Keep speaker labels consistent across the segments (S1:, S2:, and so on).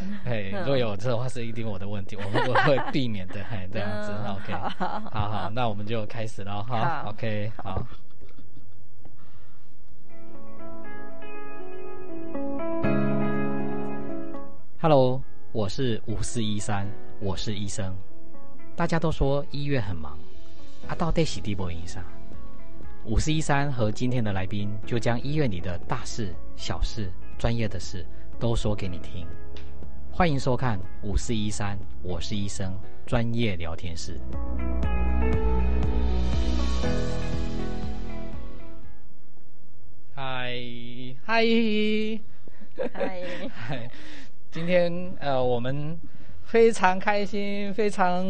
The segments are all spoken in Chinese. S1: 嘿，
S2: 嗯
S1: 若有这的话是一定我的问题，我 们我会避免的，嘿，这样子
S2: 嗯
S1: ，OK，
S2: 好好好
S1: 好好，那我们就开始了哈
S2: 好
S1: ，OK，好。Hello，我是五四一三，我是医生。大家都说医院很忙，啊，到底是地波医生？五四一三和今天的来宾就将医院里的大事、小事、专业的事都说给你听。欢迎收看五四一三，我是医生，专业聊天室。嗨嗨
S2: 嗨，
S1: 嗨，今天呃，我们非常开心，非常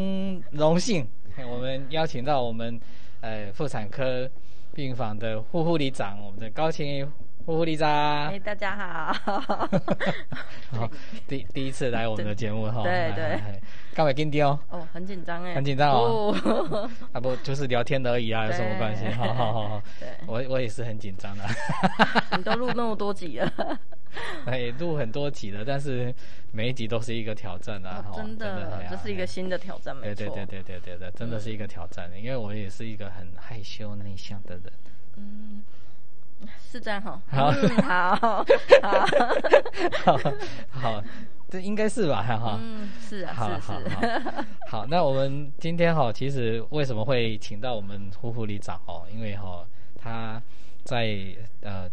S1: 荣幸，嘿我们邀请到我们呃妇产科病房的护护理长，我们的高琴怡护护理长。
S2: 哎，大家好。
S1: 好，第第一次来我们的节目哈，
S2: 对
S1: 哎
S2: 对，
S1: 干嘛紧张？
S2: 哦，很紧张哎，
S1: 很紧张哦
S2: 哦。
S1: 啊不，就是聊天而已啊，有什么关系？
S2: 对
S1: 好好好好
S2: 对，
S1: 我我也是很紧张的，啊
S2: 你都录那么多集了，
S1: 哎，录很多集了，但是每一集都是一个挑战 啊，哈
S2: 哦真
S1: 的
S2: 的
S1: 哎，呀
S2: 这是一个新的挑战，没
S1: 对对
S2: 错。
S1: 对对对对对，真的是一个挑战，因为我也是一个很害羞内向的人。
S2: 是这样哈。
S1: 好
S2: 嗯 好，好，
S1: 好，好，这应该是吧，哈。
S2: 嗯，是
S1: 好
S2: 啊，是
S1: 好
S2: 是，
S1: 好，好，那我们今天哈，其实为什么会请到我们呼护理长哦？因为哈，他在呃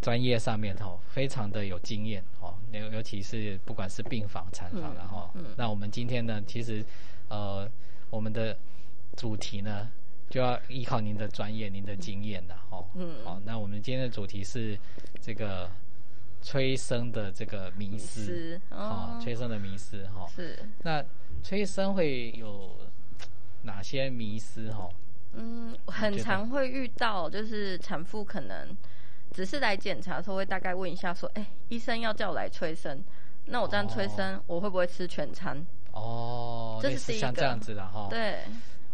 S1: 专业上面哈，非常的有经验哦，尤尤其是不管是病房、产房，然后、那我们今天呢，其实呃我们的主题呢，就要依靠您的专业、您的经验的哦。嗯，好、那我们今天的主题是这个催生的这个迷思。
S2: 是
S1: 哦，
S2: 哦，
S1: 催生的迷思哈、
S2: 是，
S1: 那催生会有哪些迷思哈？
S2: 嗯，很常会遇到，就是产妇可能只是来检查的时候，会大概问一下说，哎、医生要叫我来催生，那我这样催生，我会不会吃全餐？
S1: 哦，
S2: 这
S1: 类
S2: 是
S1: 似
S2: 第一
S1: 像这
S2: 个
S1: 样子的哈。
S2: 对，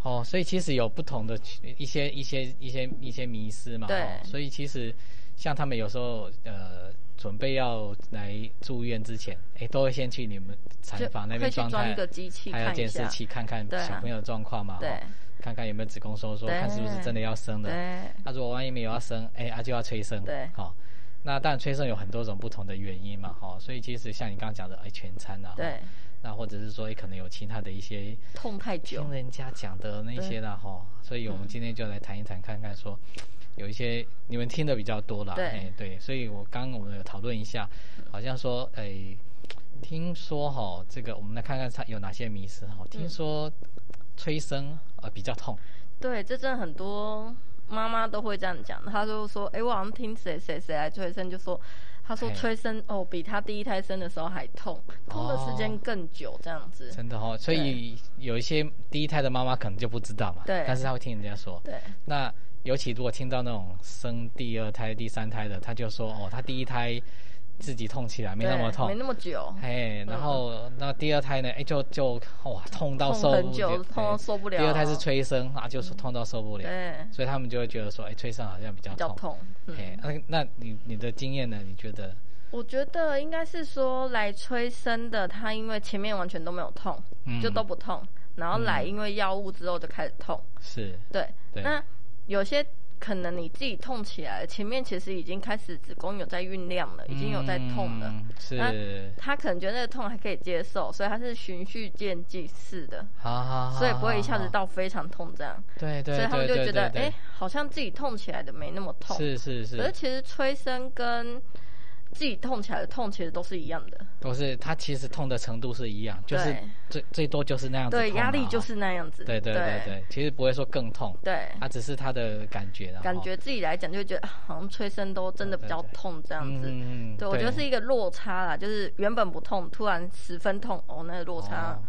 S1: 哦，所以其实有不同的一些一些一些一些迷思嘛。
S2: 对
S1: 哦所以其实像他们有时候呃准备要来住院之前，哎，都会先去你们产
S2: 就
S1: 房那
S2: 会
S1: 边
S2: 去
S1: 状
S2: 装一
S1: 态，
S2: 个机器
S1: 还有
S2: 看一
S1: 监视
S2: 下，
S1: 器看看
S2: 对啊
S1: 小朋友的状况嘛。
S2: 对
S1: 哦看看有没有子宫收缩，
S2: 对
S1: 看是不是真的要生的。
S2: 对
S1: 那、如果万一没有要生，哎、啊就要催生，
S2: 对
S1: 好、那当然催生有很多种不同的原因嘛，哈、所以其实像你刚刚讲的，哎、全餐啊，
S2: 对，
S1: 那或者是说、哎可能有其他的一些
S2: 痛太久
S1: 听，人家讲的那些啦，哈、所以我们今天就来谈一谈，看看说。有一些你们听的比较多啦，
S2: 对
S1: 哎对，所以我刚刚我们有讨论一下，好像说，哎，听说哈、这个我们来看看它有哪些迷思哈、听说催生呃比较痛，
S2: 对，这真的很多妈妈都会这样讲，她就说，哎、我好像听谁谁谁来催生，就说。她说
S1: 嘿
S2: 催生哦，比她第一胎生的时候还痛，痛的时间
S1: 哦
S2: 更久，这样子。
S1: 真的哦，所以有一些第一胎的妈妈可能就不知道嘛，
S2: 对
S1: 但是她会听人家说。
S2: 对，
S1: 那尤其如果听到那种生第二胎、第三胎的，她就说哦，她第一胎自己痛起来没那么
S2: 对没
S1: 痛，
S2: 那么嗯久。
S1: 哎，然后那第二胎呢，哎就就哇痛到受
S2: 痛很久
S1: 不了
S2: 痛到
S1: 哎
S2: 受不了
S1: 第二胎是催生啊，就是痛到受不了，
S2: 对，
S1: 所以他们就会觉得说，哎，催生好像比较
S2: 比较
S1: 痛。
S2: 痛。嗯，
S1: 哎，那那你你的经验呢？你觉得？
S2: 我觉得应该是说来催生的，他因为前面完全都没有痛，
S1: 嗯
S2: 就都不痛，然后来因为药物之后就开始痛。
S1: 是
S2: 对，
S1: 对
S2: 那有些可能你自己痛起来了，前面其实已经开始子宫有在酝酿了，已经有在痛了。
S1: 嗯
S2: 那
S1: 是，
S2: 他可能觉得那个痛还可以接受，所以他是循序渐进式的，
S1: 好好好，
S2: 所以不会一下
S1: 好
S2: 子到非常痛这样。
S1: 对啊对，
S2: 所以他们就
S1: 对
S2: 觉
S1: 对
S2: 得，
S1: 对
S2: 哎、好像自己痛起来的没那么痛。
S1: 是是
S2: 可是
S1: 是，
S2: 其实催生跟自己痛起来的痛其实都是一样的，
S1: 都是他其实痛的程度是一样，就是
S2: 对
S1: 最最多就是那样子痛
S2: 对，
S1: 嘛，
S2: 压力就
S1: 哈，
S2: 是那样子。
S1: 对对对
S2: 对
S1: 对，其实不会说更痛，
S2: 对
S1: 它只是他的感觉啦，
S2: 感
S1: 哈
S2: 觉自己来讲就会觉得啊好像催生都真的比较痛这样子。
S1: 嗯，嗯
S2: 对，我觉得是一个落差啦，就是原本不痛，突然十分痛，哦，那个落差
S1: 哦，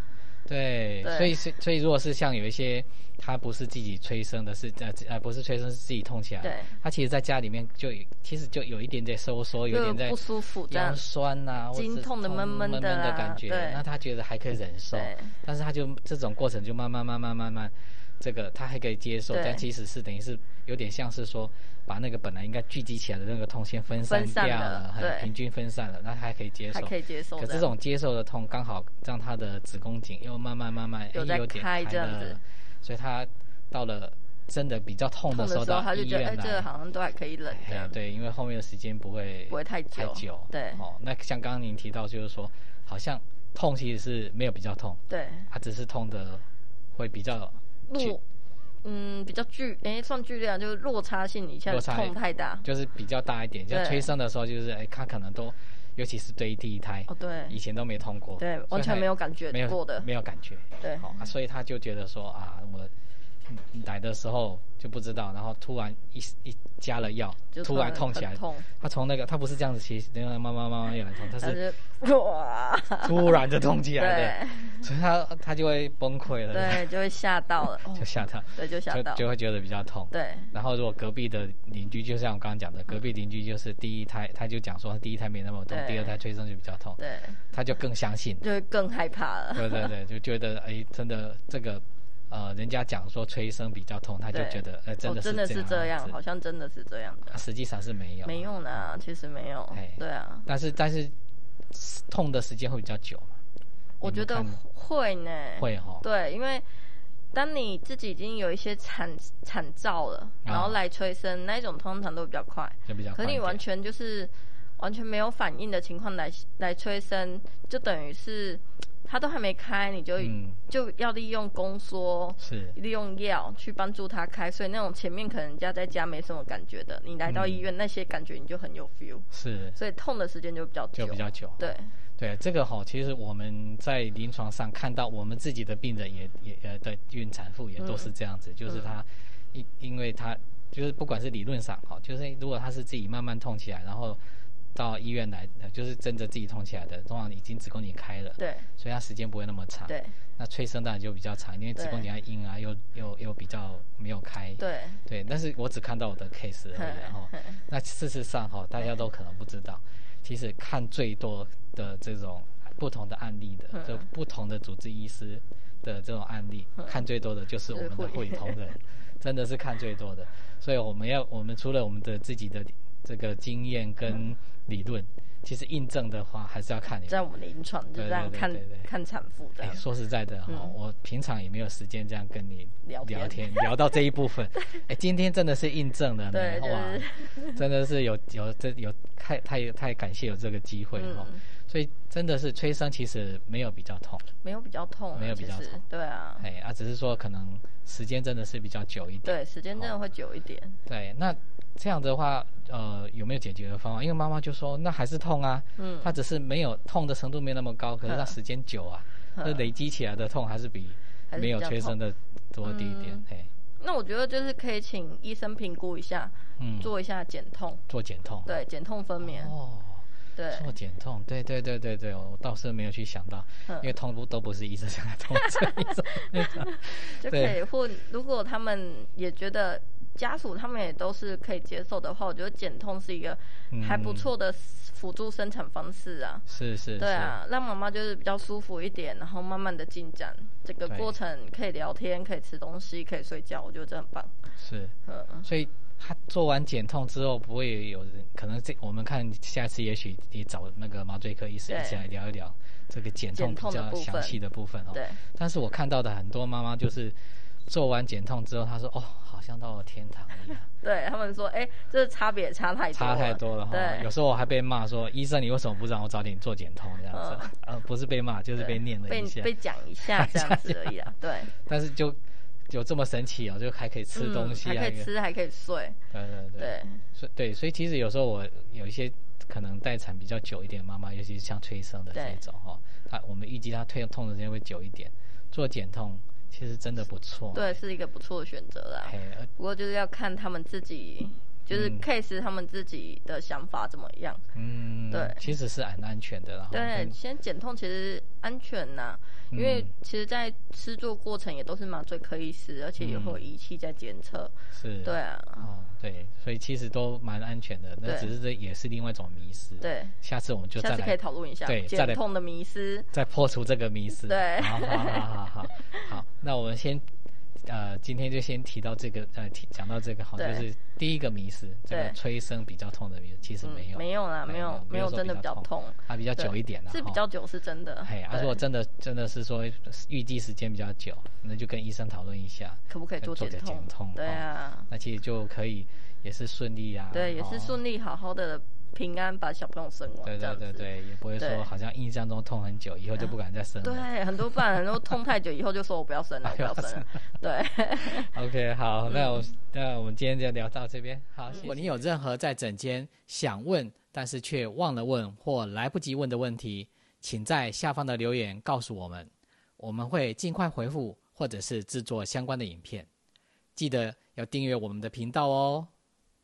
S1: 对，
S2: 对
S1: 所以是所以如果是像有一些他不是自己催生的是，呃呃不是催生是自己痛起来的，
S2: 对
S1: 他其实在家里面就有其实就有一点点收缩，有一
S2: 就
S1: 点在
S2: 不舒服这
S1: 腰
S2: 样。
S1: 酸呐、或者
S2: 经
S1: 是
S2: 痛的闷
S1: 闷
S2: 闷的
S1: 的
S2: 啦
S1: 感觉
S2: 对，
S1: 那他觉得还可以忍受
S2: 对，
S1: 但是他就这种过程就慢慢慢慢慢慢，这个他还可以接受，
S2: 对
S1: 但其实是等于是有点像是说把那个本来应该聚集起来的那个痛先分散
S2: 分
S1: 掉
S2: 散了
S1: 很
S2: 对
S1: 平均分散了，那他还可以接受
S2: 还。可以接受
S1: 可
S2: 的。
S1: 这种接受的痛，刚好让他的子宫颈又慢慢慢慢哎
S2: 有在
S1: 有点
S2: 开这样
S1: 了
S2: 子
S1: 所以他到了真的比较痛
S2: 痛
S1: 的时
S2: 的
S1: 候
S2: 时候，
S1: 到
S2: 他就
S1: 医
S2: 觉得，哎、
S1: 院来，
S2: 这个好像都还可以忍这
S1: 哎
S2: 样。
S1: 对，因为后面的时间不会
S2: 不会太久
S1: 太久，
S2: 对
S1: 哦，那像刚刚您提到，就是说好像痛其实是没有比较痛，
S2: 对，
S1: 它只是痛的会比较剧
S2: 落，嗯，比较剧，哎、算剧烈啊，就是落差性一下
S1: 落
S2: 子
S1: 差哎
S2: 痛太大。
S1: 就是比较大一点，像
S2: 啊对
S1: 催生的时候，就是哎，他可能都，尤其是对于第一胎，
S2: 哦，对
S1: 以前都没痛过，
S2: 对
S1: 所以，
S2: 完全
S1: 他
S2: 没有感觉
S1: 没有
S2: 过的。
S1: 没有感觉，
S2: 对，
S1: 好、啊，所以他就觉得说啊，我嗯来的时候就不知道，然后突然一一加了药
S2: 就，
S1: 突然痛起来
S2: 很，痛，
S1: 他从那个他不是这样子其实然后慢慢慢慢越来越痛，他
S2: 但
S1: 是
S2: 是哇，
S1: 突然就痛起来
S2: 对
S1: 的，所以他他就会崩溃了，
S2: 对，就会吓到了，哦
S1: 就吓到，
S2: 对，就吓
S1: 就
S2: 到，
S1: 就会觉得比较痛。
S2: 对，嗯
S1: 然后如果隔壁的邻居，就像我刚刚讲的，隔壁邻居就是第一胎，他就讲说第一胎没那么痛，
S2: 对
S1: 第二胎催生就比较痛，
S2: 对，。
S1: 他就更相信
S2: 就会更害怕了。
S1: 对对对，就觉得哎，真的这个呃，人家讲说催生比较痛，他就
S2: 对
S1: 觉得呃，真
S2: 哦
S1: 的是
S2: 真的是
S1: 这
S2: 这样，好
S1: 子
S2: 像真的是这样的，
S1: 啊实际上是没有，
S2: 没用的啊，其实没有
S1: 哎，
S2: 对啊，
S1: 但是但是痛的时间会比较久嘛，
S2: 我觉得
S1: 看吗
S2: 会呢，
S1: 会哈，
S2: 对，因为当你自己已经有一些产产兆了，然后来催生、那一种，通常都比较快。
S1: 就啊比较
S2: 可
S1: 快一点。
S2: 是你完全就是完全没有反应的情况来来催生，就等于是它都还没开，你就、
S1: 嗯
S2: 就要利用宫缩。
S1: 是
S2: 利用药去帮助它开，所以那种前面可能人家在家没什么感觉的，你来到医院、
S1: 嗯
S2: 那些感觉你就很有 feel，
S1: 是
S2: 所以痛的时间就比较久。
S1: 就比较久。
S2: 对
S1: 对这个哈、其实我们在临床上看到，我们自己的病人也也呃的孕产妇也都是这样子，就是她因因为她就是不管是理论上哈、哦就是如果她是自己慢慢痛起来，然后到医院来，呃就是真的自己痛起来的，通常已经子宫颈开了，
S2: 对
S1: 所以她时间不会那么长。
S2: 对
S1: 那催生当然就比较长，因为子宫颈还硬啊，又又又比较没有开。
S2: 对，
S1: 对，但是我只看到我的 case 而已，然啊后
S2: 嘿嘿
S1: 那事实上哈，大家都可能不知道，其实看最多的这种不同的案例的，
S2: 嗯
S1: 就不同的主治医师的这种案例，看最多的就是我们的
S2: 就是护
S1: 会
S2: 理
S1: 同仁， 真的是看最多的。所以我们要，我们除了我们的自己的这个经验跟
S2: 嗯
S1: 理论，其实印证的话还是要看你
S2: 在我们临床就
S1: 对
S2: 这样
S1: 对
S2: 看
S1: 对对
S2: 看产妇这
S1: 哎，
S2: 样。
S1: 说实在的哈、我平常也没有时间这样跟你
S2: 嗯聊天
S1: 聊天，啊聊到这一部 分。哎，今天真的是印证了呢
S2: 对，就
S1: 哇， 真的是有有这有太太太感谢有这个机会哈、
S2: 嗯
S1: 所以真的是催生其实没有比较痛，
S2: 没有比较痛啊，
S1: 没有比较痛
S2: 其实，对啊，
S1: 哎啊，只是说可能时间真的是比较久一点。
S2: 对，时间真的会久一点，
S1: 对，那这样的话，呃，有没有解决的方法？因为妈妈就说，那还是痛啊，
S2: 嗯
S1: 她只是没有痛的程度没那么高，可是它时间久啊，那
S2: 嗯
S1: 累积起来的痛还是比
S2: 还是
S1: 没有
S2: 比较
S1: 催生的多低一点，嘿，
S2: 那我觉得就是可以请医生评估一下，
S1: 嗯，
S2: 做一下减痛，
S1: 做减痛，
S2: 对，减痛分娩，
S1: 哦，
S2: 对，
S1: 做减痛，对对对对对，我倒是没有去想到，
S2: 嗯
S1: 因为痛不都不是医生在痛，是医 生在痛
S2: 就可以或如果他们也觉得家属他们也都是可以接受的话，我觉得减痛是一个
S1: 嗯
S2: 还不错的辅助生产方式啊。
S1: 是是，
S2: 对啊，让妈妈就是比较舒服一点，然后慢慢的进展，这个
S1: 对
S2: 过程可以聊天，可以吃东西，可以睡觉，我觉得这很棒。
S1: 是，是
S2: 嗯，
S1: 所以他做完减痛之后，不会有人可能这我们看下次也许也找那个麻醉科医师
S2: 对
S1: 一起来聊一聊这个减痛
S2: 减
S1: 比
S2: 痛的
S1: 较
S2: 部分
S1: 详细的部分哦。
S2: 对。
S1: 但是我看到的很多妈妈就是做完减痛之后，她说：“哦，好像到了天堂一样，
S2: 对他们说，哎、这差别差太多
S1: 差
S2: 了，
S1: 太多了哈。”
S2: 对
S1: 有，时候我还被骂说：“医生，你为什么不让我早点做减痛？”这样子，呃，不是被骂，就是被念了
S2: 被
S1: 一下。
S2: 嗯被讲 一下这样子而已啊。对，
S1: 但是就有这么神奇哦，就还可以 吃东西，啊
S2: 嗯、还可以吃，还可以睡，
S1: 对对对，
S2: 对
S1: 所以对，所以其实有时候我有一些可能待产比较久一点的妈妈，尤其是像催生的这
S2: 对
S1: 种哈，她我们预计她退痛的时间会久一点，做减痛其实真的不错。
S2: 对，是一个不错的选择啦。
S1: 哦嘿，呃
S2: 不过就是要看他们自己，就是
S1: 嗯
S2: case 他们自己的想法怎么样。
S1: 嗯，
S2: 对
S1: 其实是很安全的啦。
S2: 对，先减痛其实安全呐、
S1: 嗯
S2: 因为其实，在施作过程也都是麻醉科医师，而且也会有仪器在监测。
S1: 是，
S2: 对啊，
S1: 哦，对，所以其实都蛮安全的，那
S2: 对
S1: 只是这也是另外一种迷失。，
S2: 对，
S1: 下次我们就
S2: 下
S1: 再
S2: 次可以
S1: 来
S2: 讨论一下
S1: 对再
S2: 减
S1: 来
S2: 痛的迷失。
S1: 再破除这个迷思。
S2: 对
S1: 好好好好好，好，那我们先呃，今天就先提到这个，呃，提讲到这个好，就
S2: 对
S1: 是第一个迷思，这个
S2: 对
S1: 催生比较痛的迷思，其实
S2: 嗯
S1: 没有，
S2: 没有啦，没有没有
S1: 说
S2: 真的比较
S1: 痛，
S2: 痛，
S1: 它比较久一点啦，啊
S2: 是比
S1: 哈
S2: 较久是真的。
S1: 嘿，啊，
S2: 对
S1: 如果真的真的是说预计时间比较久，那就跟医生讨论一下，
S2: 可不可以做
S1: 做
S2: 减
S1: 个
S2: 痛
S1: 减？痛
S2: 对啊，
S1: 那其实就可以也是顺利啊，
S2: 对，也是
S1: 哦
S2: 顺利好好的平安把小朋友生完，
S1: 对
S2: 这
S1: 对
S2: 样
S1: 对
S2: 子。
S1: 对，也不会
S2: 对
S1: 说好像印象中痛很久，以后就不敢再生了。
S2: 对，很多爸很多痛太久以后就说我不要生了，我不要生了。
S1: 哎
S2: 对，
S1: OK，好，那我那我们今天就聊到这边。好，嗯如果你有任何在诊间想问但是却忘了问或来不及问的问题，请在下方的留言告诉我们，我们会尽快回复或者是制作相关的影片。记得要订阅我们的频道哦。